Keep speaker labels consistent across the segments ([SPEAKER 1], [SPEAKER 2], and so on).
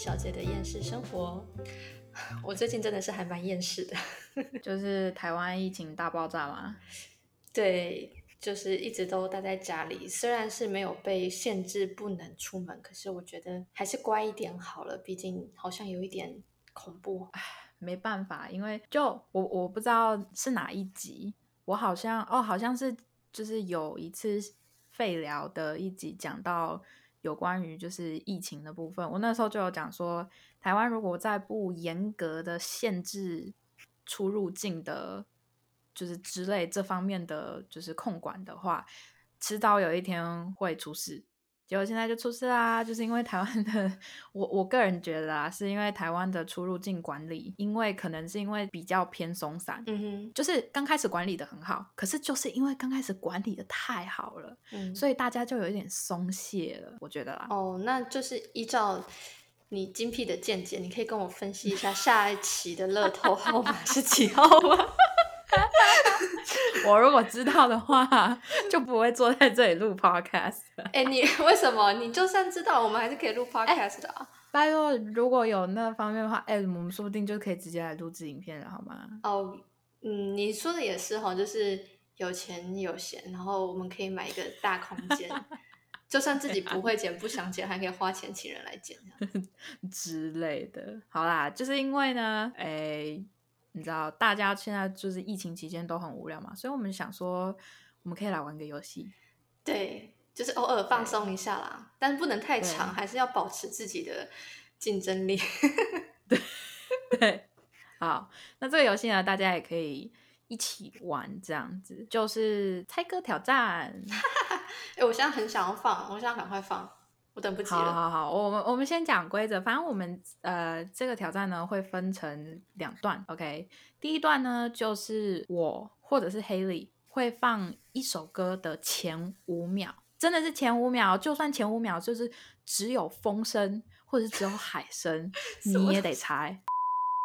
[SPEAKER 1] 小姐的厌世生活。 我最近真的是还蛮厌世的，
[SPEAKER 2] 就是台湾疫情大爆炸嘛，
[SPEAKER 1] 对，就是一直都待在家里，虽然是没有被限制不能出门，可是我觉得还是乖一点好了，毕竟好像有一点恐怖。啊
[SPEAKER 2] 没办法，因为就我我不知道是哪一集，我好像哦，好像是就是有一次废聊的一集讲到有关于就是疫情的部分，我那时候就有讲说，台湾如果再不严格的限制出入境的，就是之类这方面的就是控管的话，迟早有一天会出事。结果现在就出事啦，就是因为台湾的，我我个人觉得啊，是因为台湾的出入境管理，因为可能是因为比较偏松散，
[SPEAKER 1] 嗯哼，
[SPEAKER 2] 就是刚开始管理的很好，可是就是因为刚开始管理的太好了，
[SPEAKER 1] 嗯，
[SPEAKER 2] 所以大家就有一点松懈了，我觉得啦。
[SPEAKER 1] 哦，那就是依照你精辟的见解，你可以跟我分析一下 下一期的乐透号码是几 号吗？
[SPEAKER 2] 我如果知道的话，就不会坐在这里录 podcast 了。
[SPEAKER 1] 哎、你为什么？你就算知道，我们还是可以录 podcast 的啊。
[SPEAKER 2] 拜托，如果有那方面的话，哎、我们说不定就可以直接来录制影片了，好吗？
[SPEAKER 1] 哦，嗯，你说的也是哈，就是有钱有闲，然后我们可以买一个大空 间，就算自己不会剪、不想剪，还可以花钱请人来剪这样。
[SPEAKER 2] 之类的。好啦，就是因为呢，哎、你知道大家现在就是疫情期间都很无聊嘛，所以我们想说，我们可以来玩个游戏。
[SPEAKER 1] 对，就是偶尔放
[SPEAKER 2] 对
[SPEAKER 1] 松一下啦，但不能太
[SPEAKER 2] 对
[SPEAKER 1] 长，还是要保持自己的竞争力。
[SPEAKER 2] 对，好，那这个游戏呢，大家也可以一起玩，这样子就是猜歌挑战。
[SPEAKER 1] 哎、我现在很想要放，我现在赶快放，我等不及
[SPEAKER 2] 好
[SPEAKER 1] 了。
[SPEAKER 2] 好好，我们我们先讲规则，反正我们呃这个挑战呢会分成两段，OK。第一段呢就是我或者是 Haley 会放一首歌的前五秒，真的是前五秒，就算前五秒就是只有风声或者是只有海声，
[SPEAKER 1] 什
[SPEAKER 2] 你
[SPEAKER 1] 么
[SPEAKER 2] 也
[SPEAKER 1] 东
[SPEAKER 2] 得猜。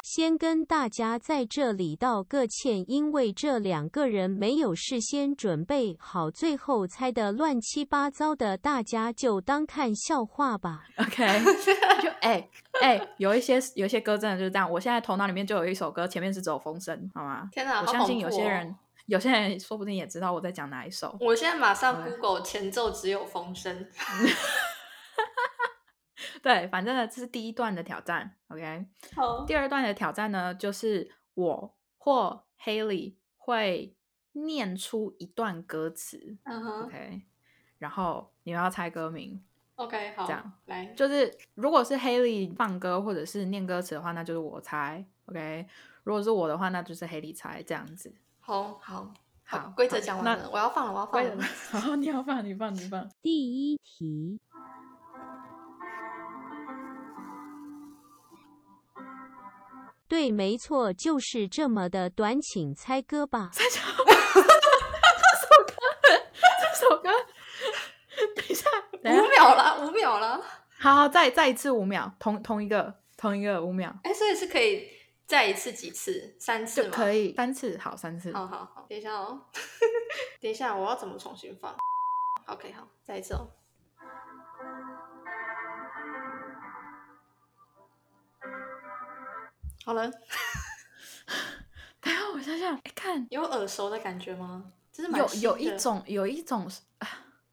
[SPEAKER 3] 先跟大家在这里道个歉，因为这两个人没有事先准备好，最后猜的乱七八糟的，大家就当看笑话吧。
[SPEAKER 2] OK，就 哎哎、有一些有一些歌真的就是这样。我现在头脑里面就有一首歌，前面是只有风声，好吗？
[SPEAKER 1] 天哪，
[SPEAKER 2] 我
[SPEAKER 1] 好
[SPEAKER 2] 相
[SPEAKER 1] 恐
[SPEAKER 2] 信有
[SPEAKER 1] 怖
[SPEAKER 2] 些
[SPEAKER 1] 哦
[SPEAKER 2] 人，有些人说不定也知道我在讲哪一首。
[SPEAKER 1] 我现在马上
[SPEAKER 2] 对
[SPEAKER 1] Google 前奏只有风 声。
[SPEAKER 2] 对，反正呢，这是第一段的挑战。OK，
[SPEAKER 1] 好
[SPEAKER 2] 第二段的挑战呢，就是我或 Haley 会念出一段歌词。
[SPEAKER 1] 嗯哼
[SPEAKER 2] OK，然后你们要猜歌名。
[SPEAKER 1] ，OK，
[SPEAKER 2] 这样
[SPEAKER 1] 好，来，
[SPEAKER 2] 就是如果是 Haley 放歌或者是念歌词的话，那就是我猜。OK，如果是我的话，那就是 Haley 猜这样子。
[SPEAKER 1] 好好
[SPEAKER 2] 好，
[SPEAKER 1] 规则讲
[SPEAKER 2] 那
[SPEAKER 1] 完了，我要放了，我要放
[SPEAKER 2] 规则
[SPEAKER 1] 了。
[SPEAKER 2] 好，你要放，你放，你放。
[SPEAKER 3] 第一题，对，没错，就是这么的短，请猜歌吧。
[SPEAKER 2] 这首歌，等一下， 等一下
[SPEAKER 1] 五，秒了，五秒了。
[SPEAKER 2] 好好，再再一次五秒，同同一个，同一个五秒。
[SPEAKER 1] 哎，所以是可以再一次几次，三次
[SPEAKER 2] 就
[SPEAKER 1] 吗？
[SPEAKER 2] 可以三次，好三次。
[SPEAKER 1] 好好好，等一下哦， 等一下，我要怎么重新放？OK，好，再一次哦。好了，
[SPEAKER 2] 等一下我想想，哎、看
[SPEAKER 1] 有耳熟的感觉吗？这是蛮
[SPEAKER 2] 有
[SPEAKER 1] 新
[SPEAKER 2] 有一
[SPEAKER 1] 的，
[SPEAKER 2] 种有一种、啊、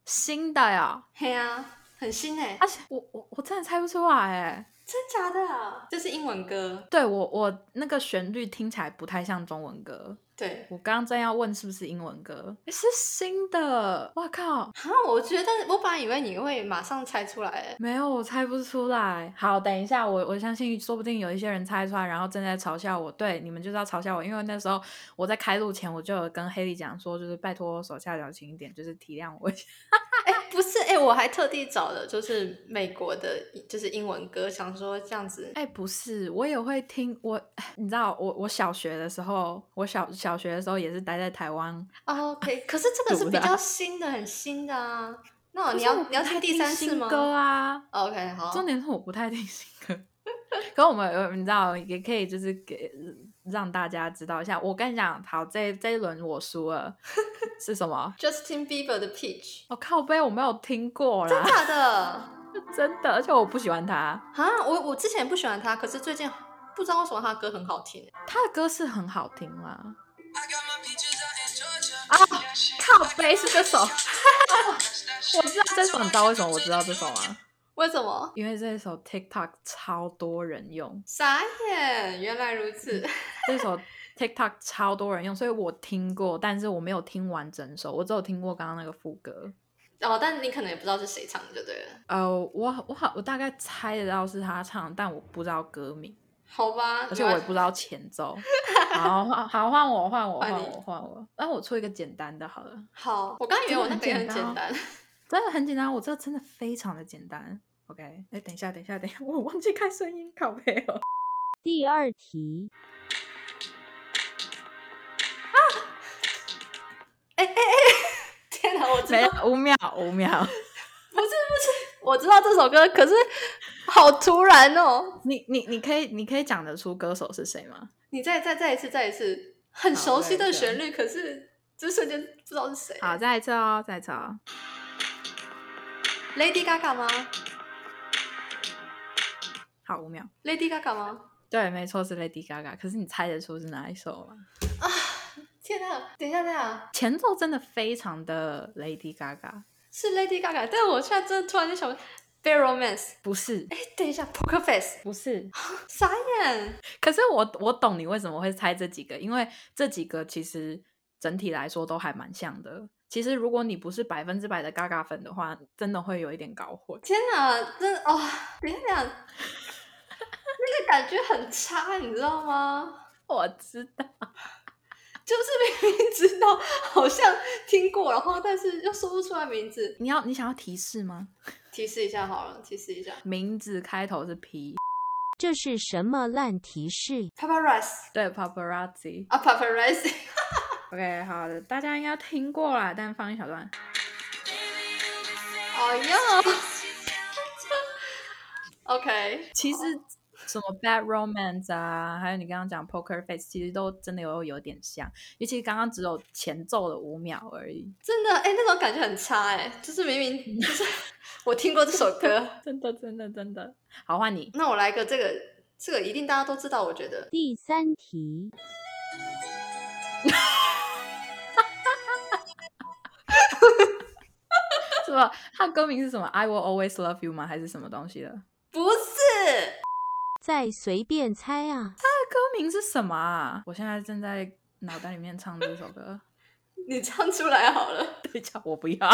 [SPEAKER 2] 新的呀，
[SPEAKER 1] 嘿啊，很新哎、
[SPEAKER 2] 而且我我我真的猜不出来哎。
[SPEAKER 1] 真假的啊？这是英文歌，
[SPEAKER 2] 对我我那个旋律听起来不太像中文歌，
[SPEAKER 1] 对。
[SPEAKER 2] 我刚刚正要问是不是英文歌，诶是新的，哇靠，
[SPEAKER 1] 啊，我觉得我本来以为你会马上猜出来欸，
[SPEAKER 2] 没有我猜不出来。好，等一下我我相信说不定有一些人猜出来，然后正在嘲笑我，对你们就是要嘲笑我，因为那时候我在开录前我就有跟黑莉讲说，就是拜托手下留情一点，就是体谅我一下。
[SPEAKER 1] 哎、不是，哎、我还特地找了，就是美国的，就是英文歌，想说这样子。
[SPEAKER 2] 哎、不是，我也会听我， 你知道，我我小学的时候，我小小学的时候也是待在台湾，
[SPEAKER 1] 哦 OK，可是这个是
[SPEAKER 2] 读
[SPEAKER 1] 比
[SPEAKER 2] 的啊
[SPEAKER 1] 较新的，很新的啊。那
[SPEAKER 2] 可
[SPEAKER 1] 你
[SPEAKER 2] 是我
[SPEAKER 1] 要
[SPEAKER 2] 不
[SPEAKER 1] 你要听
[SPEAKER 2] 太
[SPEAKER 1] 第
[SPEAKER 2] 听
[SPEAKER 1] 三次
[SPEAKER 2] 新
[SPEAKER 1] 吗
[SPEAKER 2] 歌啊，
[SPEAKER 1] 哦？OK，好。
[SPEAKER 2] 重点是我不太听新歌。可我们呃你知道也可以就是给让大家知道一下，我跟你讲，好，这这一轮我输了，是什么？ 哦
[SPEAKER 1] Justin Bieber 的 Peach，
[SPEAKER 2] 我、靠背我没有听过
[SPEAKER 1] 真啊
[SPEAKER 2] 啦，
[SPEAKER 1] 假的？
[SPEAKER 2] 真的，而且我不喜欢他，
[SPEAKER 1] 啊，我我之前也不喜欢他，可是最近不知道为什么他的歌很好听。
[SPEAKER 2] 他的歌是很好听啦。
[SPEAKER 4] 啊，
[SPEAKER 2] 靠
[SPEAKER 4] 靠
[SPEAKER 2] 背
[SPEAKER 4] 背
[SPEAKER 2] 是
[SPEAKER 4] 是
[SPEAKER 2] 这
[SPEAKER 4] 这
[SPEAKER 2] 首
[SPEAKER 4] 首，
[SPEAKER 2] 我
[SPEAKER 4] 我
[SPEAKER 2] 知
[SPEAKER 4] 知
[SPEAKER 2] 道这
[SPEAKER 4] 道这
[SPEAKER 2] 首，
[SPEAKER 4] 首，
[SPEAKER 2] 你知道
[SPEAKER 4] 你知道
[SPEAKER 2] 为
[SPEAKER 4] 为
[SPEAKER 2] 什
[SPEAKER 4] 什
[SPEAKER 2] 么
[SPEAKER 4] 么
[SPEAKER 2] 我
[SPEAKER 4] 我
[SPEAKER 2] 知
[SPEAKER 4] 知
[SPEAKER 2] 道
[SPEAKER 4] 道
[SPEAKER 2] 这
[SPEAKER 4] 这
[SPEAKER 2] 首
[SPEAKER 4] 首
[SPEAKER 2] 吗
[SPEAKER 4] 吗？？
[SPEAKER 1] 为什么？
[SPEAKER 2] 因为这首 TikTok 超多人用，
[SPEAKER 1] 傻眼，原来如此。
[SPEAKER 2] 嗯这首 TikTok 超多人用，所以我听过，但是我没有听完整首，我只有听过刚刚那个副歌。
[SPEAKER 1] 哦，但你可能也不知道是谁唱的，就对了。
[SPEAKER 2] 呃，我我好，我大概猜得到是他唱，但我不知道歌名，
[SPEAKER 1] 好吧，
[SPEAKER 2] 而且我也不知道前 奏。好，换好换我，换我，
[SPEAKER 1] 换
[SPEAKER 2] 换
[SPEAKER 1] 你
[SPEAKER 2] 我，换我。那我出一个简单的好了，
[SPEAKER 1] 好，我刚以为我那个也很
[SPEAKER 2] 真的很
[SPEAKER 1] 简
[SPEAKER 2] 简单啊
[SPEAKER 1] 单。
[SPEAKER 2] 真的很简单，我这真的非常的简单。OK，哎，等一下，等一下，等一下，我忘记开声音，靠背哦。
[SPEAKER 3] 第二题，
[SPEAKER 1] 哎天哪，我知
[SPEAKER 2] 没
[SPEAKER 1] 道
[SPEAKER 2] 有，五秒，五秒。
[SPEAKER 1] 我知道这首歌，可是好突然哦！
[SPEAKER 2] 你你你可以你可以讲得出歌手是谁吗？
[SPEAKER 1] 你再再再一次，再一次，很
[SPEAKER 2] 好
[SPEAKER 1] 熟悉
[SPEAKER 2] 再
[SPEAKER 1] 的
[SPEAKER 2] 一次
[SPEAKER 1] 旋律，可是这瞬间不知道是谁。
[SPEAKER 2] 好，再一次哦，再一次哦。
[SPEAKER 1] ，Lady Gaga 吗
[SPEAKER 2] 好，五秒。
[SPEAKER 1] ？Lady Gaga 吗？
[SPEAKER 2] 对，没错是 Lady Gaga。可是你猜得出是哪一首吗？
[SPEAKER 1] 天哪，等一下，等一下，
[SPEAKER 2] 前奏真的非常的 Lady Gaga，
[SPEAKER 1] 是 Lady Gaga，但我现在真的突然间想，Bad Romance。
[SPEAKER 2] 不是，
[SPEAKER 1] 哎，等一下，Poker Face，
[SPEAKER 2] 不是。
[SPEAKER 1] 傻眼。
[SPEAKER 2] 可是我我懂你为什么会猜这几个，因为这几个其实整体来说都还蛮像的。其实如果你不是百分之百的 Gaga 粉的话，真的会有一点搞混。
[SPEAKER 1] 天哪，真的哦，等一下，等一下，那个感觉很差，你知道吗？
[SPEAKER 2] 我知道，
[SPEAKER 1] 就是明明知道好像听过，然后但是又说不出来名字。
[SPEAKER 2] 你要你想要提示吗？
[SPEAKER 1] 提示一下好了，提示一下
[SPEAKER 2] 名字开头是 P，
[SPEAKER 3] 这是什么烂提示？
[SPEAKER 1] ，Paparazzi
[SPEAKER 2] 对，Paparazzi。
[SPEAKER 1] 啊，Paparazzi，
[SPEAKER 2] OK，好的，大家应该听过啦，但放一小段。
[SPEAKER 1] 哎呀，OK，
[SPEAKER 2] 其实什么 Bad Romance 啊，还有你刚刚讲 Poker Face，其实都真的有有点像，尤其刚刚只有前奏的五秒而已。
[SPEAKER 1] 真的，哎，那种感觉很差，哎，就是明明就是 我听过这首歌，
[SPEAKER 2] 真的，真的，真的。好，换你。
[SPEAKER 1] 那我来个这个，这个一定大家都知道，我觉得
[SPEAKER 3] 第三题，
[SPEAKER 2] 什么？他歌名是什么？I will always love you 吗？还是什么东西的？他
[SPEAKER 1] 不是。
[SPEAKER 3] 再随便猜啊！
[SPEAKER 2] 的歌名是什么啊？我现在正在脑袋里面唱这首歌。
[SPEAKER 1] 你唱出来好了。
[SPEAKER 2] 对，叫我不要。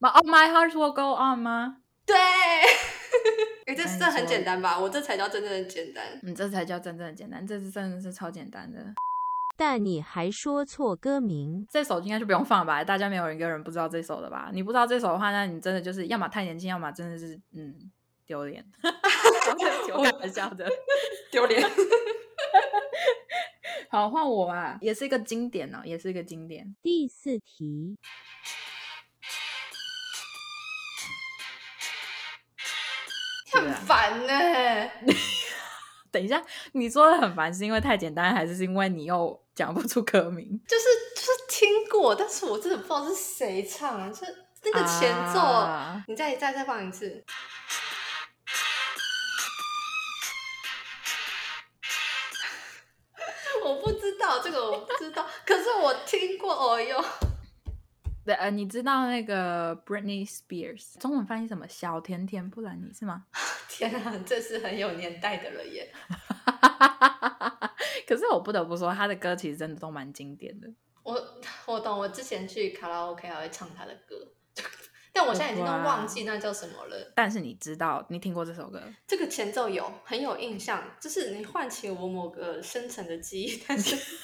[SPEAKER 2] My oh, my heart will go on 吗？
[SPEAKER 1] 对，哎，这
[SPEAKER 2] 那你
[SPEAKER 1] 这很
[SPEAKER 2] 说
[SPEAKER 1] 简单吧？我这才叫真正的简单。
[SPEAKER 2] 嗯，这才叫真正的简单，这是真的是超简单的。
[SPEAKER 3] 但你还说错歌名，
[SPEAKER 2] 这首应该就不用放了吧？大家没有一个人不知道这首的吧？你不知道这首的话，那你真的就是要么太年轻，要么真的是嗯丢脸。 对不起我开玩笑的。
[SPEAKER 1] 丢 脸。
[SPEAKER 2] 好，换我啊，也是一个经典哦，也是一个经典。
[SPEAKER 3] 第四题，
[SPEAKER 1] 很烦呢、
[SPEAKER 2] 等一下，你说的很烦，是因为太简单，还是是因为你又讲不出歌名？
[SPEAKER 1] 就是就是听过，但是我真的不知道是谁唱，啊就那个前奏。
[SPEAKER 2] 啊
[SPEAKER 1] 你再再再放一次， 我不知道这个我不知道，可是我听过哦哟，
[SPEAKER 2] 对，呃，你知道那个 Britney Spears 中文翻译什么？小甜甜布兰妮是吗？
[SPEAKER 1] 天啊，这是很有年代的了耶！
[SPEAKER 2] 可是我不得不说，她的歌其实真的都蛮经典的。
[SPEAKER 1] 我我懂，我之前去卡拉 OK 还会唱他的歌， 但我现在已经都
[SPEAKER 2] 哇
[SPEAKER 1] 忘记那叫什么了。
[SPEAKER 2] 但是你知道，你听过这首歌？
[SPEAKER 1] 这个前奏有很有印象，就是你唤起我某个深层的记忆，但是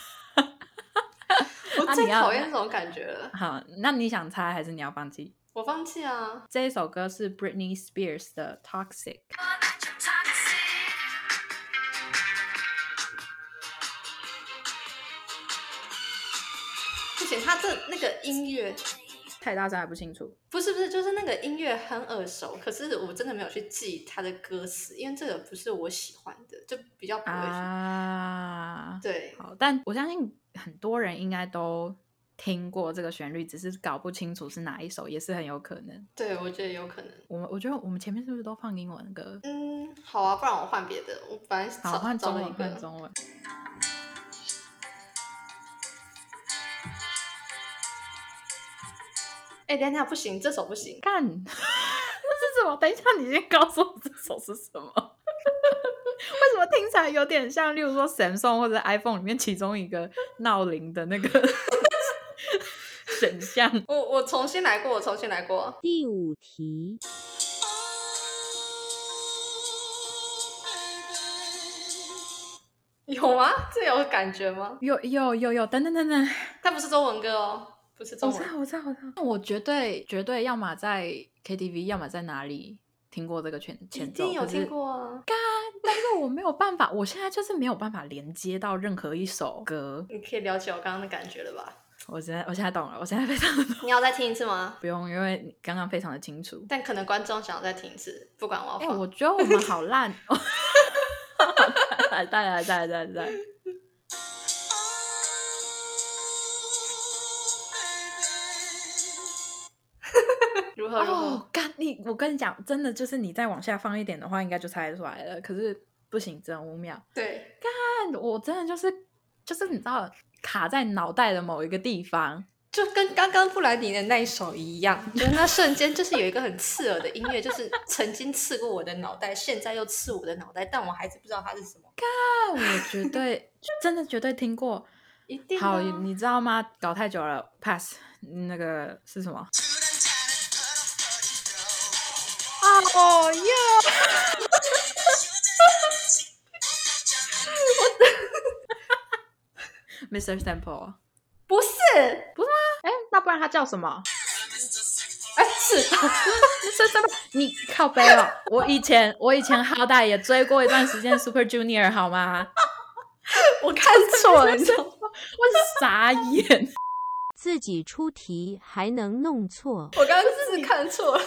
[SPEAKER 1] 我
[SPEAKER 2] 啊
[SPEAKER 1] 最
[SPEAKER 2] 你要
[SPEAKER 1] 讨厌这种感觉了，
[SPEAKER 2] 好，那你想猜还是你要放弃？
[SPEAKER 1] 我放弃啊！
[SPEAKER 2] 这一首歌是 Britney Spears 的 Toxic。
[SPEAKER 1] 不行，他这那个音乐
[SPEAKER 2] 太大声还不清楚。
[SPEAKER 1] 不是不是，就是那个音乐很耳熟，可是我真的没有去记它的歌词，因为这个不是我喜欢的，就比较不会去。
[SPEAKER 2] 啊，
[SPEAKER 1] 对，
[SPEAKER 2] 好，但我相信很多人应该都听过这个旋律，只是搞不清楚是哪一首，也是很有可能。
[SPEAKER 1] 对，我觉得有可能。
[SPEAKER 2] 我们我觉得我们前面是不是都放英文歌？
[SPEAKER 1] 嗯，好啊，不然我换别的，我反正
[SPEAKER 2] 好，
[SPEAKER 1] 找
[SPEAKER 2] 换
[SPEAKER 1] 找
[SPEAKER 2] 中
[SPEAKER 1] 了一
[SPEAKER 2] 文，换
[SPEAKER 1] 个。
[SPEAKER 2] 中文。
[SPEAKER 1] 哎、等一下不行，这首不行。
[SPEAKER 2] 干，这是什么？等一下，你先告诉我这首是什么？为什么听起来有点像，例如说 Samsung 或者 iPhone 里面其中一个闹铃的那 个选项？
[SPEAKER 1] 我我重新来过，我重新来过。
[SPEAKER 3] 第五题，
[SPEAKER 1] 有吗？这有感觉吗？
[SPEAKER 2] 有有有有，等等等等，
[SPEAKER 1] 它不是中文歌哦，不是
[SPEAKER 2] 我
[SPEAKER 1] 中
[SPEAKER 2] 知
[SPEAKER 1] 文。
[SPEAKER 2] 道我知道我知道，我绝对绝对要么在 KTV，要么在哪里听过这个前
[SPEAKER 1] 一
[SPEAKER 2] 前奏，
[SPEAKER 1] 定有
[SPEAKER 2] 可是
[SPEAKER 1] 听过啊！
[SPEAKER 2] 但是我没有办法，我现在就是没有办法连接到任何一首歌。
[SPEAKER 1] 你可以了解我刚刚的感觉了吧？
[SPEAKER 2] 我现在我现在懂了，我现在非常的 懂。
[SPEAKER 1] 你要再听一次吗？
[SPEAKER 2] 不用，因为你刚刚非常的清楚。
[SPEAKER 1] 但可能观众想要再听一次，不管我要
[SPEAKER 2] 哎、
[SPEAKER 1] 放。
[SPEAKER 2] 我觉得我们好烂。哦 来，再来，再来，再来，再来。
[SPEAKER 1] 如何如何？
[SPEAKER 2] 哦，干你！我跟你讲，真的就是你再往下放一点的话，应该就猜出来了。可是不行，只有五秒。
[SPEAKER 1] 对，
[SPEAKER 2] 但我真的就是就是你知道卡在脑袋的某一个地方。
[SPEAKER 1] 就跟刚刚布兰妮的那一首一样，就是那瞬间就是有一个很刺耳的音乐，就是曾经刺过我的脑袋，现在又刺我的脑袋，但我还是不知道它是什么。
[SPEAKER 2] 但我绝对 真的绝对听过。
[SPEAKER 1] 一定啊
[SPEAKER 2] 好，你知道吗？搞太久了，pass。那个是什么？哦 耶！Mr. Temple，
[SPEAKER 1] 不是，
[SPEAKER 2] 哎，那不然他叫什么
[SPEAKER 1] 哎是，
[SPEAKER 2] ？Mr. Temple，你靠背哦！我以前我以前好歹也追过一段时间 Super Junior 好吗？
[SPEAKER 1] 我看错了，你知道
[SPEAKER 2] 哦
[SPEAKER 1] 吗
[SPEAKER 2] 我傻眼。
[SPEAKER 3] 自己出题还能弄错。
[SPEAKER 1] 我刚刚是看错了。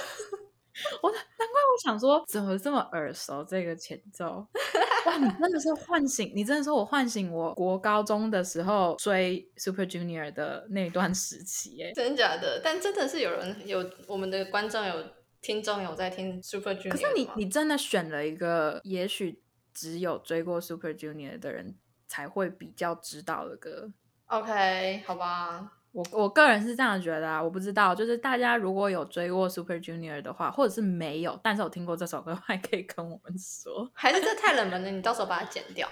[SPEAKER 2] 我难怪我想说，怎么这么耳熟这个前奏？ 哇，你真的是唤醒，你真的是我唤醒我国高中的时候追 Super Junior 的那段时期耶。
[SPEAKER 1] 真假的？但真的是有人有我们的观众有听众有在听 Super Junior，
[SPEAKER 2] 可是你
[SPEAKER 1] 吗
[SPEAKER 2] 你真的选了一个，也许只有追过 Super Junior 的人才会比较知道的歌。
[SPEAKER 1] OK 好吧？
[SPEAKER 2] 我我个人是这样觉得啊，我不知道，就是大家如果有追过 Super Junior 的话，或者是没有，但是有听过这首歌的 话，还可以跟我们说。
[SPEAKER 1] 还是这太冷门了，你到时候把它剪掉。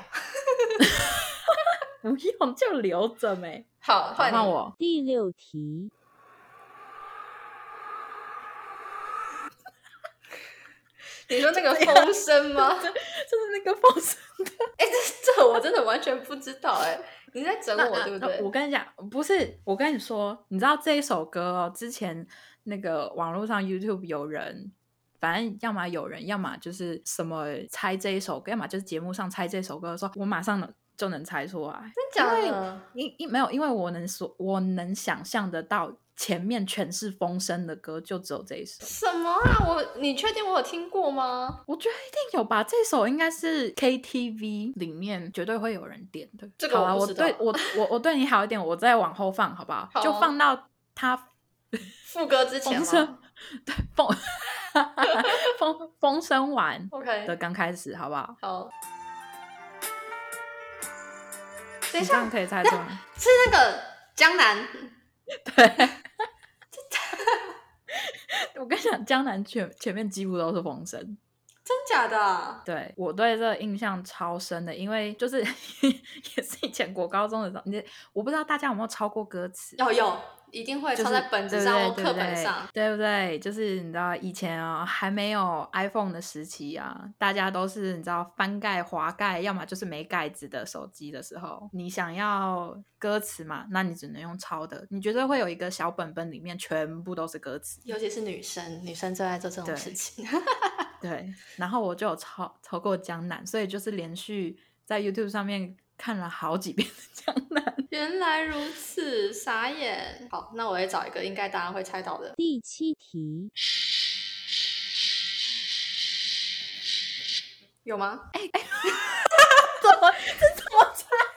[SPEAKER 2] 不用就留着没。
[SPEAKER 1] 好，
[SPEAKER 2] 好
[SPEAKER 1] 换你
[SPEAKER 2] 换。我，
[SPEAKER 3] 第六题，
[SPEAKER 1] 你说那个风声吗？
[SPEAKER 2] 就是那个风声。
[SPEAKER 1] 哎、这这我真的完全不知道哎、你在整我对不对？
[SPEAKER 2] 我跟你讲，不是，我跟你说，你知道这一首歌哦，之前那个网络上 YouTube 有人，反正要么有人，要么就是什么猜这一首歌，要么就是节目上猜这首歌的时候，我马上能就能猜出来。
[SPEAKER 1] 真假的？
[SPEAKER 2] 因因没有，因为我能说，我能想象得到前面全是风声的歌，就只有这一首。
[SPEAKER 1] 什么啊？我你确定我有听过吗？
[SPEAKER 2] 我觉得一定有吧，这首应该是 KTV 里面绝对会有人点的。
[SPEAKER 1] 这个
[SPEAKER 2] 好啊，
[SPEAKER 1] 我
[SPEAKER 2] 我
[SPEAKER 1] 不知道
[SPEAKER 2] 对我我我对你好一点，我再往后放好不好？
[SPEAKER 1] 好啊
[SPEAKER 2] 就放到他
[SPEAKER 1] 副歌之前
[SPEAKER 2] 风声
[SPEAKER 1] 吗，
[SPEAKER 2] 对风风风声完的
[SPEAKER 1] ？OK，
[SPEAKER 2] 刚开始好不好？
[SPEAKER 1] 好。等
[SPEAKER 2] 你
[SPEAKER 1] 一
[SPEAKER 2] 这样
[SPEAKER 1] 下，
[SPEAKER 2] 可以猜中，
[SPEAKER 1] 是那个江南
[SPEAKER 2] 对。我跟你讲，江南前前面几乎都是风声。
[SPEAKER 1] 真假的啊、
[SPEAKER 2] 对我对这个印象超深的，因为就是 也是以前国高中的时候，你我不知道大家有没有抄过歌词，
[SPEAKER 1] 有有，一定会
[SPEAKER 2] 就
[SPEAKER 1] 抄
[SPEAKER 2] 是
[SPEAKER 1] 在本子上或课本上。，
[SPEAKER 2] 对不对对不对对不对？就是你知道以前啊、还没有 iPhone 的时期啊，大家都是你知道翻盖、滑盖，要么就是没盖子的手机的时候，你想要歌词嘛，那你只能用抄的，你绝对会有一个小本本，里面全部都是歌词。
[SPEAKER 1] 尤其是女生，女生最爱做这
[SPEAKER 2] 对
[SPEAKER 1] 种事情。
[SPEAKER 2] 对，然后我就有抄抄过江南，所以就是连续在 YouTube 上面看了好几遍的江南。
[SPEAKER 1] 原来如此，傻眼。好，那我也找一个应该大家会猜到的。
[SPEAKER 3] 第七题，
[SPEAKER 1] 有吗？哎、
[SPEAKER 2] 怎么？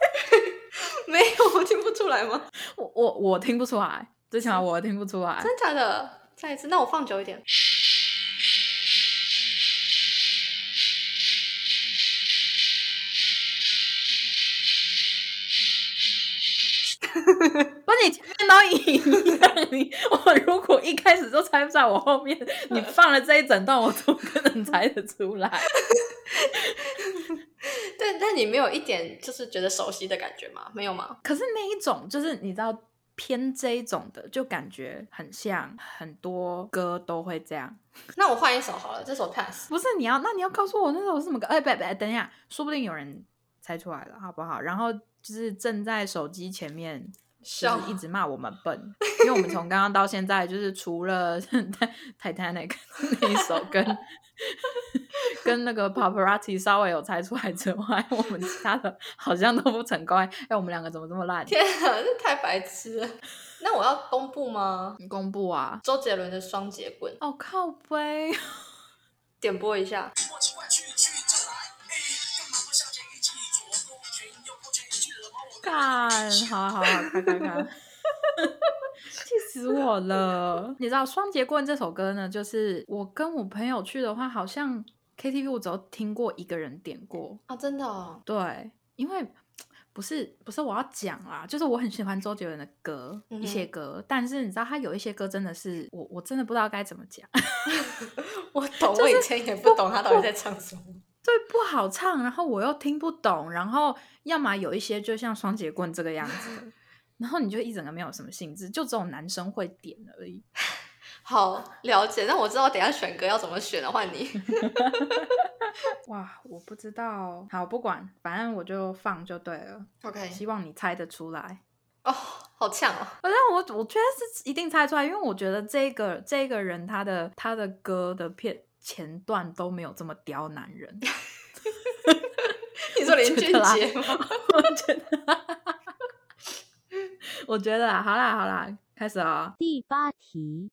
[SPEAKER 1] 没有，我听不出来吗？
[SPEAKER 2] 我我我听不出来，最起码我听不出来。
[SPEAKER 1] 真假的？再一次，那我放久一点。
[SPEAKER 2] 不是你前面都一样，你我如果一开始就猜不出来，我后面你放了这一整段，我怎么可能猜得出来？
[SPEAKER 1] 对，但你没有一点就是觉得熟悉的感觉吗？没有吗？
[SPEAKER 2] 可是那一种就是你知道偏这一种的，就感觉很像很多歌都会这样。
[SPEAKER 1] 那我换一首好了，这首 pass。
[SPEAKER 2] 不是你要，那你要告诉我那首是什么歌？哎，别别，等一下，说不定有人猜出来了，好不好？然后就是正在手机前面。
[SPEAKER 1] 笑
[SPEAKER 2] 就是一直骂我们笨，因为我们从刚刚到现在，就是除了 Titanic 那一首跟跟那个 Paparazzi 稍微有猜出来之外，我们其他的好像都不成功。哎、我们两个怎么这么烂？
[SPEAKER 1] 天啊，这太白痴了！那我要公布吗？
[SPEAKER 2] 你公布啊！
[SPEAKER 1] 周杰伦的《双截棍》，
[SPEAKER 2] 哦靠背，
[SPEAKER 1] 点播一下。
[SPEAKER 2] 干，好啊好好，看看看。气死我了！你知道《双截棍》这首歌呢，就是我跟我朋友去的话，好像 KTV 我只有听过一个人点过，
[SPEAKER 1] 啊，真的、哦？
[SPEAKER 2] 对，因为不是不是我要讲啦，就是我很喜欢周杰伦的歌，
[SPEAKER 1] 嗯哼
[SPEAKER 2] 一些歌，但是你知道他有一些歌真的是我我真的不知道该怎么讲，
[SPEAKER 1] 我懂，
[SPEAKER 2] 就是
[SPEAKER 1] 我以前也不懂他到底在唱什么。
[SPEAKER 2] 对，不好唱，然后我又听不懂，然后要么有一些就像双节棍这个样子 的然后你就一整个没有什么兴致，就只有男生会点而已。
[SPEAKER 1] 好，了解。那我知道等一下选歌要怎么选了，换 你。
[SPEAKER 2] 哇，我不知道，好不管，反正我就放就对了，
[SPEAKER 1] OK，
[SPEAKER 2] 希望你猜得出来。
[SPEAKER 1] 哦，好呛哦。
[SPEAKER 2] 反正我我觉得是一定猜出来，因为我觉得这个这个人他的他的歌的片前段都没有这么刁难 人，
[SPEAKER 1] 你说林俊
[SPEAKER 2] 我
[SPEAKER 1] 杰
[SPEAKER 2] 觉
[SPEAKER 1] 吗？
[SPEAKER 2] 我觉得，我觉得啦，好啦好啦，开始啊、
[SPEAKER 3] 第八题，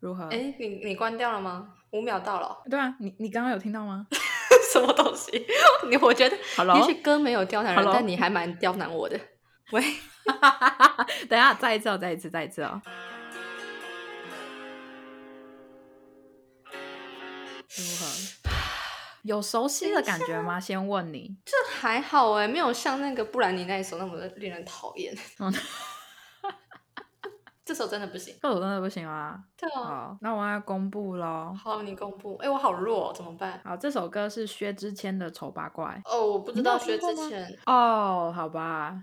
[SPEAKER 2] 如何？
[SPEAKER 1] 哎，你你关掉了吗？五秒到了哦、
[SPEAKER 2] 对啊，你你刚刚有听到吗
[SPEAKER 1] 什么东西？ 你我觉得，
[SPEAKER 2] ？Hello，
[SPEAKER 1] 也许歌没有刁难人
[SPEAKER 2] Hello？
[SPEAKER 1] 但你还蛮刁难我的。喂，
[SPEAKER 2] 等一下再一次哦，再一次，再一次哦。如何？有熟悉的感觉吗？先问你。
[SPEAKER 1] 这还好哎，没有像那个布兰妮那一首那么的令人讨厌。
[SPEAKER 2] 嗯
[SPEAKER 1] 这首真的不 行。
[SPEAKER 2] 这我真的不行啊。
[SPEAKER 1] 对啊，
[SPEAKER 2] 好，那我要公布喽。
[SPEAKER 1] 好，你公布。哎，我好弱、哦，怎么办？
[SPEAKER 2] 好，这首歌是薛之谦的《丑八怪
[SPEAKER 1] 哦，我不知
[SPEAKER 2] 你没有
[SPEAKER 1] 道薛
[SPEAKER 2] 听过
[SPEAKER 1] 之
[SPEAKER 2] 吗
[SPEAKER 1] 谦。》。
[SPEAKER 2] 哦，好吧，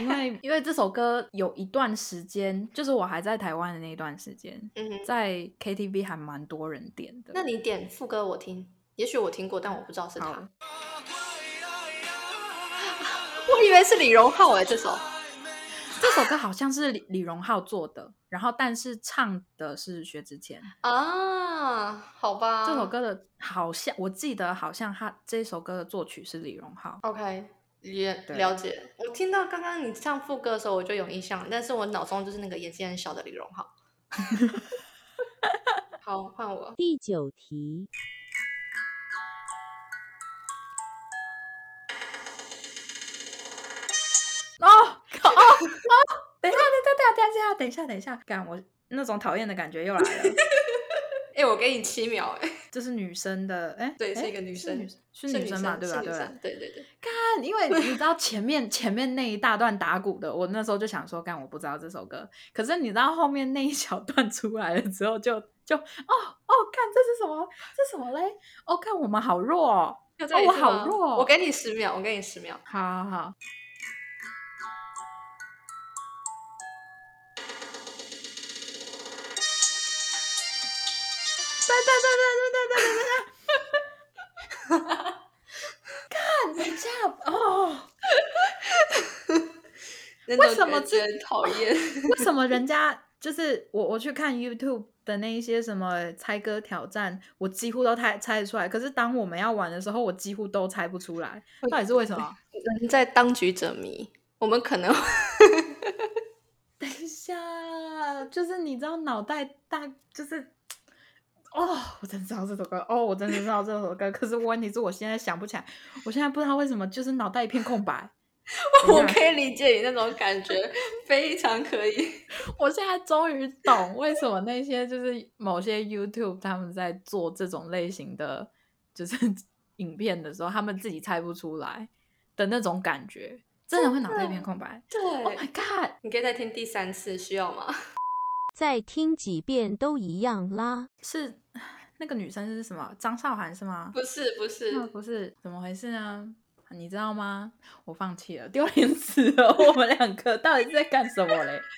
[SPEAKER 2] 因为 因为这首歌有一段时间，就是我还在台湾的那一段时间，
[SPEAKER 1] 嗯哼，
[SPEAKER 2] 在 KTV 还蛮多人点的。
[SPEAKER 1] 那你点副歌我听，也许我听过，但我不知道是
[SPEAKER 2] 好
[SPEAKER 1] 他。我以为是李荣浩哎，这首。
[SPEAKER 2] 这首歌好像是李李荣浩做的，然后但是唱的是薛之谦。
[SPEAKER 1] 啊，好吧，
[SPEAKER 2] 这首歌的好像我记得好像他这首歌的作曲是李荣浩。
[SPEAKER 1] OK，也
[SPEAKER 2] 对
[SPEAKER 1] 了解。我听到刚刚你唱副歌的时候，我就有印象，但是我脑中就是那个眼睛很小的李荣 浩。好，换我。
[SPEAKER 3] 第九题，
[SPEAKER 2] 哦，靠！ 哦哦，等一下，等一下，等一下，等一下，等一下，干我那种讨厌的感觉又来了。
[SPEAKER 1] 哎、我给你七秒、哎，
[SPEAKER 2] 这是女生的，哎，
[SPEAKER 1] 对
[SPEAKER 2] 哎
[SPEAKER 1] 是一个女生
[SPEAKER 2] 是女生嘛，对吧？
[SPEAKER 1] 是
[SPEAKER 2] 对
[SPEAKER 1] 女
[SPEAKER 2] 吧？
[SPEAKER 1] 生对对对，
[SPEAKER 2] 干，因为你知道前面前面那一大段打鼓的，我那时候就想说，干，我不知道这首歌。可是你知道后面那一小段 出来了之后就，就哦哦，看这是什么？这是什么嘞？哦，看我们好弱哦。
[SPEAKER 1] 要再一
[SPEAKER 2] 我
[SPEAKER 1] 次
[SPEAKER 2] 好
[SPEAKER 1] 吗
[SPEAKER 2] 弱哦
[SPEAKER 1] 我给你十秒，我给你十秒。
[SPEAKER 2] 好好好，对对对对对对对对对。干，等一下哦。
[SPEAKER 1] 那种
[SPEAKER 2] 为什么
[SPEAKER 1] 感觉很讨厌？
[SPEAKER 2] 为什么人家 就是我我去看 YouTube 的那一些什么猜歌挑战，我几乎都猜猜得出来。可是当我们要玩的时候，我几乎都猜不出来，到底是为什 么？
[SPEAKER 1] 人在当局者迷，我们可能
[SPEAKER 2] 等一下，就是你知道脑袋大，就是哦，我真知道这首歌，哦，我真的知道这首歌。可是问题是我现在想不起来，我现在不知道为什么，就是脑袋一片空白。
[SPEAKER 1] 我可以理解你那种感觉，非常可以。
[SPEAKER 2] 我现在终于懂为什么那些就是某些 YouTube 他们在做这种类型的就是 影片的时候，他们自己猜不出来的那种感觉，真的会脑袋一片空白。
[SPEAKER 1] 对
[SPEAKER 2] Oh my god！
[SPEAKER 1] 哦你可以再听第三次，需要吗？
[SPEAKER 3] 再听几遍都一样啦。
[SPEAKER 2] 是 那个女生是什么？张韶涵是吗？
[SPEAKER 1] 不是，不是，
[SPEAKER 2] 那不是，怎么回事呢？你知道吗？我放弃了，丢脸死了！我们两个到底是在干什么嘞？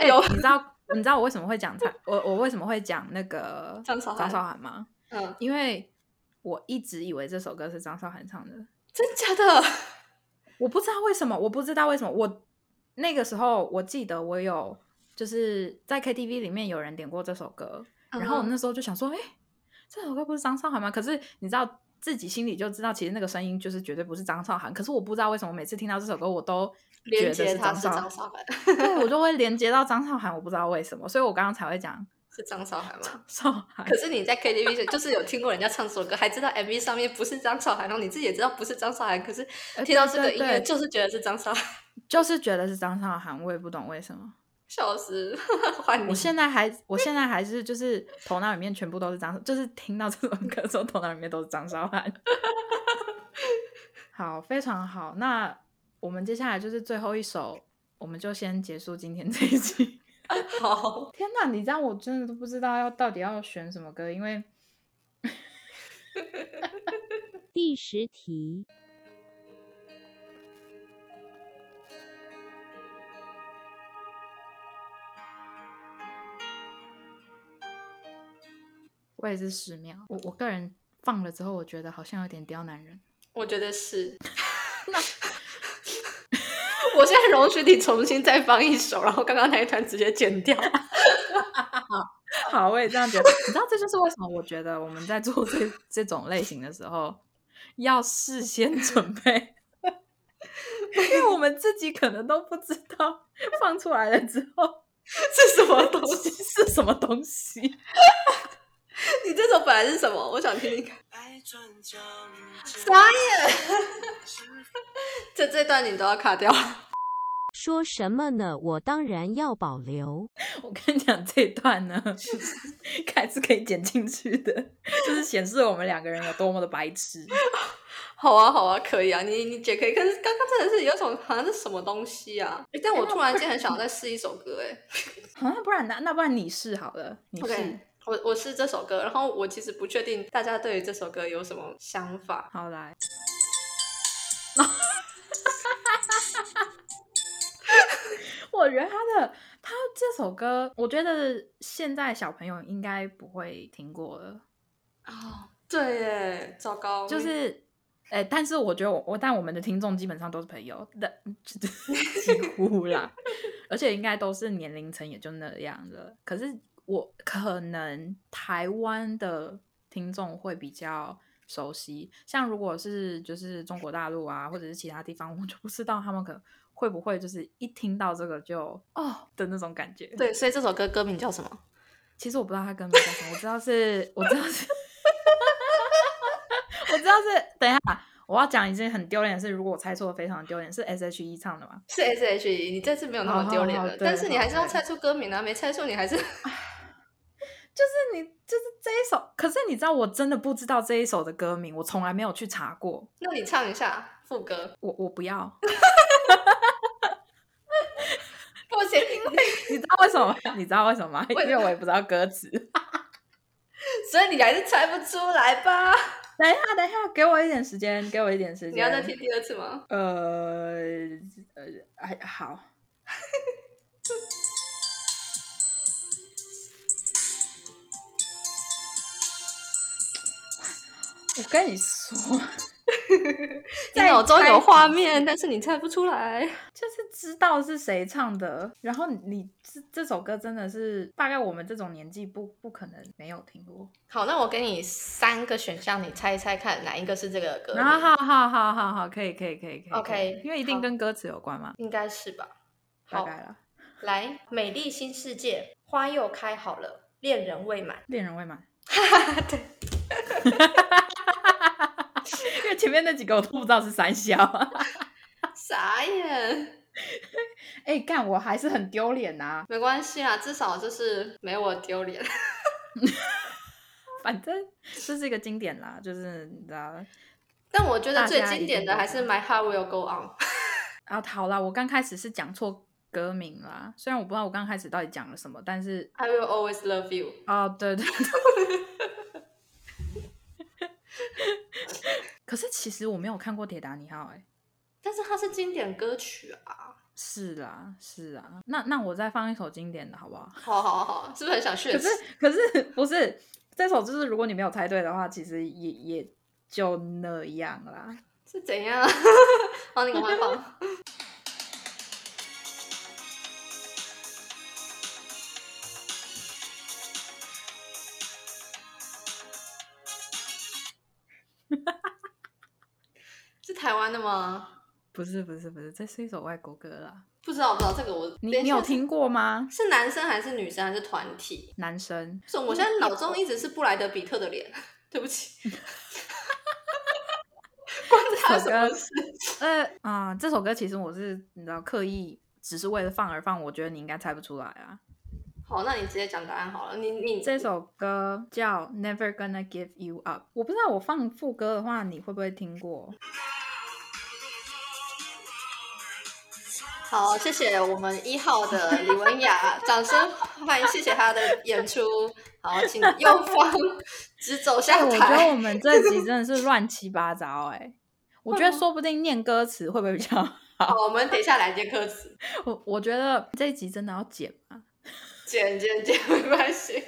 [SPEAKER 2] 哎、你知道你知道我为什么会讲他，我我为什么会讲那个
[SPEAKER 1] 张韶涵
[SPEAKER 2] 张韶涵吗？
[SPEAKER 1] 嗯，
[SPEAKER 2] 因为我一直以为这首歌是张韶涵唱的，
[SPEAKER 1] 真假的？
[SPEAKER 2] 我不知道为什么，我不知道为什么，我那个时候我记得我有就是在 KTV 里面有人点过这首歌，
[SPEAKER 1] 嗯
[SPEAKER 2] 然后我那时候就想说，哎、这首歌不是张韶涵吗？可是你知道自己心里就知道，其实那个声音就是绝对不是张韶涵。可是我不知道为什么每次听到这首歌，我都觉
[SPEAKER 1] 连
[SPEAKER 2] 得
[SPEAKER 1] 接
[SPEAKER 2] 是
[SPEAKER 1] 他
[SPEAKER 2] 张
[SPEAKER 1] 是
[SPEAKER 2] 韶
[SPEAKER 1] 张
[SPEAKER 2] 涵，
[SPEAKER 1] 韶涵，
[SPEAKER 2] 对我就会连接到张韶涵，我不知道为什么，所以我刚刚才会讲
[SPEAKER 1] 是张韶涵吗？
[SPEAKER 2] 韶涵。
[SPEAKER 1] 可是你在 KTV 就就是有听过人家唱这首歌，还知道 MV 上面不是张韶涵，然后你自己也知道不是张韶涵，可是
[SPEAKER 2] 呃
[SPEAKER 1] 听到
[SPEAKER 2] 对
[SPEAKER 1] 这个
[SPEAKER 2] 对
[SPEAKER 1] 音乐
[SPEAKER 2] 对
[SPEAKER 1] 就是觉得是张韶涵，
[SPEAKER 2] 就是觉得是张韶涵，我也不懂为什么。
[SPEAKER 1] 笑死！换你
[SPEAKER 2] 我，现在还，我现在还是就是头脑里面全部都是张，就是听到这首歌的时候，头脑里面都是张韶涵。 好，非常好。那我们接下来就是最后一首，我们就先结束今天这一集。
[SPEAKER 1] 好，
[SPEAKER 2] 天哪，你让我真的都不知道要到底要选什么歌，因为
[SPEAKER 3] 第十题，
[SPEAKER 2] 我也是十秒。我我个人放了之后，我觉得好像有点刁难人。
[SPEAKER 1] 我觉得是。 我现在容许你重新再放一首，然后刚刚那一段直接剪掉。
[SPEAKER 2] 好，我也这样觉得。你知道，这就是为什么我觉得我们在做这这种类型的时候，要事先准备，因为我们自己可能都不知道放出来了之后
[SPEAKER 1] 是什么东
[SPEAKER 2] 东
[SPEAKER 1] 西？
[SPEAKER 2] 西是什么东西。
[SPEAKER 1] 你这首本来是什么？我想听听看。
[SPEAKER 4] 啥
[SPEAKER 1] 傻眼！这这段你都要卡掉。
[SPEAKER 3] 说什么呢？我当然要保留。
[SPEAKER 2] 我跟你讲，这一段呢， 还是可以剪进去的，就是显示我们两个人有多么的白痴。
[SPEAKER 1] 好啊，好啊，可以啊，你你姐可以。可是刚刚真的是有一种好像是什么东西啊！诶但我突然间很 想再试一首歌，哎
[SPEAKER 2] 好，那不然那那不然你试好了，你试。
[SPEAKER 1] ，OK，我我试这首歌，然后我其实不确定大家对于这首歌有什么想法。
[SPEAKER 2] 好来， 我觉得他的他这首歌，我觉得现在小朋友应该不会听过了，
[SPEAKER 1] 哦，对耶，糟糕，
[SPEAKER 2] 就是，哎、但是我觉得我我但我们的听众基本上都是朋友的，几乎啦，而且应该都是年龄层也就那样了。可是我可能台湾的听众会比较熟悉，像如果是就是中国大陆啊，或者是其他地方，我就不知道他们可能会不会就是一听到这个就哦的那种感觉。，
[SPEAKER 1] 对，所以这首歌歌名叫什么？
[SPEAKER 2] 其实我不知道他歌名叫什么，我知道是，我知道是，我知道是。等一下，我要讲一件很丢脸的事，如果我猜错，非常丢脸，是 S.H.E 唱的吗？
[SPEAKER 1] 是 S H E，你这次没有那么丢脸了，
[SPEAKER 2] 好好好对
[SPEAKER 1] 但是你还是
[SPEAKER 2] 好
[SPEAKER 1] 要猜出歌名啊，没猜出你还是
[SPEAKER 2] 就是你，就是这一首。可是你知道，我真的不知道这一首的歌名，我从来没有去查过。
[SPEAKER 1] 那你唱一下副歌，
[SPEAKER 2] 我我不要，
[SPEAKER 1] 不行，
[SPEAKER 2] 你知道为什么吗？你知道为什么吗？因
[SPEAKER 1] 为
[SPEAKER 2] 为我也不知道歌词。
[SPEAKER 1] 所以你还是猜不出来吧？
[SPEAKER 2] 等一下，等一下，给我一点时间，给我一点时间。
[SPEAKER 1] 你要再听？第二次吗？
[SPEAKER 2] 呃呃，哎，好。我跟你说，
[SPEAKER 1] 你脑中有画面，但是你猜不出来。
[SPEAKER 2] 就是知道是谁唱的，然后你这这首歌真的是大概我们这种年纪不不可能没有听过。
[SPEAKER 1] 好，那我给你三个选项，你猜一猜看哪一个是这个歌名？
[SPEAKER 2] 然后好好好好好，可以可以可以可以
[SPEAKER 1] 呃 OK，
[SPEAKER 2] 可以因为一定
[SPEAKER 1] 好
[SPEAKER 2] 跟歌词有关嘛，
[SPEAKER 1] 应该是吧。
[SPEAKER 2] 大
[SPEAKER 1] 好，
[SPEAKER 2] 概了。
[SPEAKER 1] 来，《美丽新世界》花又开好了，恋人未满。
[SPEAKER 2] 恋人未 满，
[SPEAKER 1] 对，
[SPEAKER 2] 因为前面那几个我都不知道是三小。啊
[SPEAKER 1] 傻眼，
[SPEAKER 2] 哎、干，我还是很丢脸呐。
[SPEAKER 1] 没关系啦，至少就是没我丢脸。
[SPEAKER 2] 反正这是一个经典啦，就是你知道
[SPEAKER 1] 但我觉得最
[SPEAKER 2] 大家一定
[SPEAKER 1] 经典的
[SPEAKER 2] 都
[SPEAKER 1] 还是
[SPEAKER 2] 知
[SPEAKER 1] My Heart Will Go On。
[SPEAKER 2] 啊。好啦，我刚开始是讲错歌名啦，虽然我不知道我刚开始到底讲了什么，但是
[SPEAKER 1] I will always love you。
[SPEAKER 2] 哦，对对对。 可是其实我没有看过《铁达尼号》哎。
[SPEAKER 1] 但是它是经典歌曲啊！
[SPEAKER 2] 是啦，是啦，那那我再放一首经典的好不好？
[SPEAKER 1] 好好好，是不是很想
[SPEAKER 2] 可
[SPEAKER 1] 炫技
[SPEAKER 2] 是？可是不是这首，就是如果你没有猜对的话，其实也也就那样啦。
[SPEAKER 1] 是怎样？ 好，你赶快放。 是台湾的吗？
[SPEAKER 2] 不是不是不是，这是一首外国歌啦。
[SPEAKER 1] 不知道，不知道这个我
[SPEAKER 2] 你
[SPEAKER 1] 等一
[SPEAKER 2] 你
[SPEAKER 1] 下
[SPEAKER 2] 有
[SPEAKER 1] 是
[SPEAKER 2] 听过吗？
[SPEAKER 1] 是男生还是女生还是团体？
[SPEAKER 2] 男生
[SPEAKER 1] 是我现在脑中一直是布莱德比特的脸， 对不起， 关他什么事？
[SPEAKER 2] 呃啊、这首歌其实我是你知道刻意只是为了放而放，我觉得你应该猜不出来啊。
[SPEAKER 1] 好，那你直接讲答案好了。你你
[SPEAKER 2] 这首歌叫《Never Gonna Give You Up》，我不知道我放副歌的话你会不会听 过？
[SPEAKER 1] 好，谢谢我们一号的李文雅，掌声欢迎，谢谢她的演出。好，请右方直走
[SPEAKER 2] 哎、
[SPEAKER 1] 下
[SPEAKER 2] 我觉
[SPEAKER 1] 台。
[SPEAKER 2] 得我们这集真的是乱七八糟哎、我觉得说不定念歌词会不会比较好？
[SPEAKER 1] 好，我们等一下来接歌词，
[SPEAKER 2] 我 我觉得这一集真的要剪嘛，
[SPEAKER 1] 剪剪剪，没关系。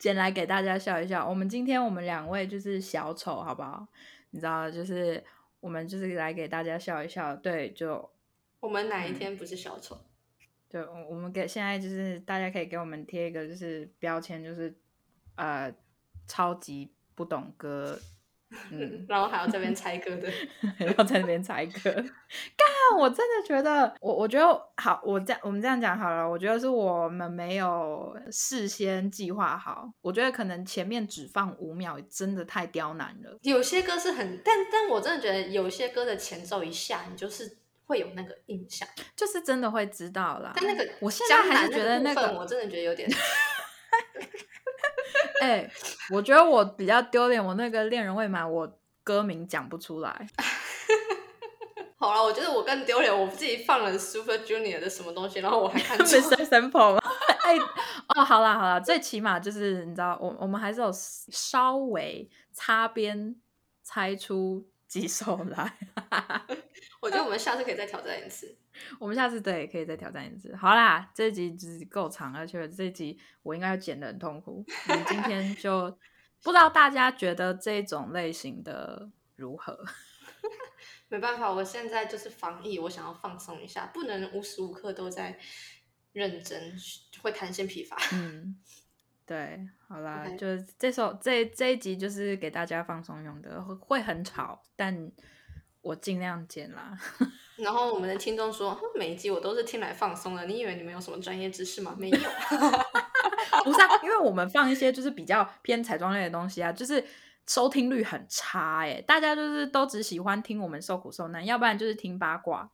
[SPEAKER 2] 剪来给大家笑一笑。我们今天我们两位就是小丑，好不好？你知道，就是我们就是来给大家笑一笑。对，就
[SPEAKER 1] 我们哪一天不是小丑？
[SPEAKER 2] 对，我我们给现在就是大家可以给我们贴一个就是标签，就是呃，超级不懂歌，嗯，
[SPEAKER 1] 然后还有这边猜歌的，
[SPEAKER 2] 然 后在那边猜歌。干，我真的觉得，我我觉得好，我这样我们这样讲好了。我觉得是我们没有事先计划好，我觉得可能前面只放五秒，真的太刁难了。
[SPEAKER 1] 有些歌是很，但但我真的觉得有些歌的前奏一下，你就是会有那个印象。
[SPEAKER 2] 就是真的会知道啦。
[SPEAKER 1] 但那个
[SPEAKER 2] 我现在
[SPEAKER 1] 江
[SPEAKER 2] 还
[SPEAKER 1] 南
[SPEAKER 2] 是觉得那
[SPEAKER 1] 部分，
[SPEAKER 2] 个，
[SPEAKER 1] 我真的觉得有点
[SPEAKER 2] 哎、我觉得我比较丢脸，我那个恋人未满，我歌名讲不出来。
[SPEAKER 1] 好了，我觉得我更丢脸，我自己放了 Super Junior 的什么东西，然后我还看
[SPEAKER 2] m
[SPEAKER 1] 错
[SPEAKER 2] r。Simple 吗？ 哎、哦，好啦好啦，最起码就是你知道，我我们还是有稍微擦边猜出几首来。
[SPEAKER 1] 我觉得我们下次可以再挑战一次。
[SPEAKER 2] 我们下次对可以再挑战一次。好啦，这一集只够长，而且这一集我应该要剪得很痛苦。我们今天 就不知道大家觉得这种类型的如何？
[SPEAKER 1] 没办法，我现在就是防疫，我想要放松一下，不能无时无刻都在认真，会弹性疲乏。
[SPEAKER 2] 嗯，对，好啦
[SPEAKER 1] OK
[SPEAKER 2] 就是这首这这一集就是给大家放松用的，会会很吵，但我尽量剪啦。
[SPEAKER 1] 然后我们的听众说，哼每一集我都是听来放松的，你以为你们有什么专业知识吗？没有。
[SPEAKER 2] 不是啊，因为我们放一些就是比较偏彩妆类的东西啊，就是收听率很差哎、大家就是都只喜欢听我们受苦受难，要不然就是听八卦。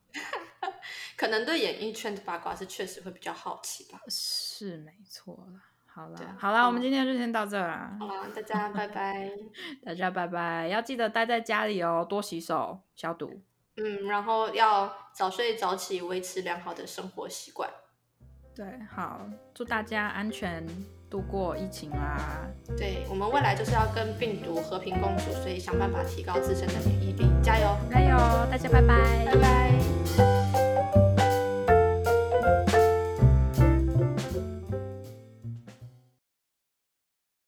[SPEAKER 1] 可能对演艺圈的八卦是确实会比较好奇吧。
[SPEAKER 2] 是没错啦，好
[SPEAKER 1] 对啊
[SPEAKER 2] 啦，好啦，我们
[SPEAKER 1] 嗯
[SPEAKER 2] 今天就先到这啦，
[SPEAKER 1] 好啦，大家拜拜。
[SPEAKER 2] 大家拜拜，要记得待在家里哦，多洗手、消毒。
[SPEAKER 1] 嗯，然后要早睡早起，维持良好的生活习惯。
[SPEAKER 2] 对，好，祝大家安全度过疫情啦。
[SPEAKER 1] 对我们未来就是要跟病毒和平共处，所以想办法提高自身的免疫力，加油，
[SPEAKER 2] 加油，大家拜拜
[SPEAKER 1] 拜拜。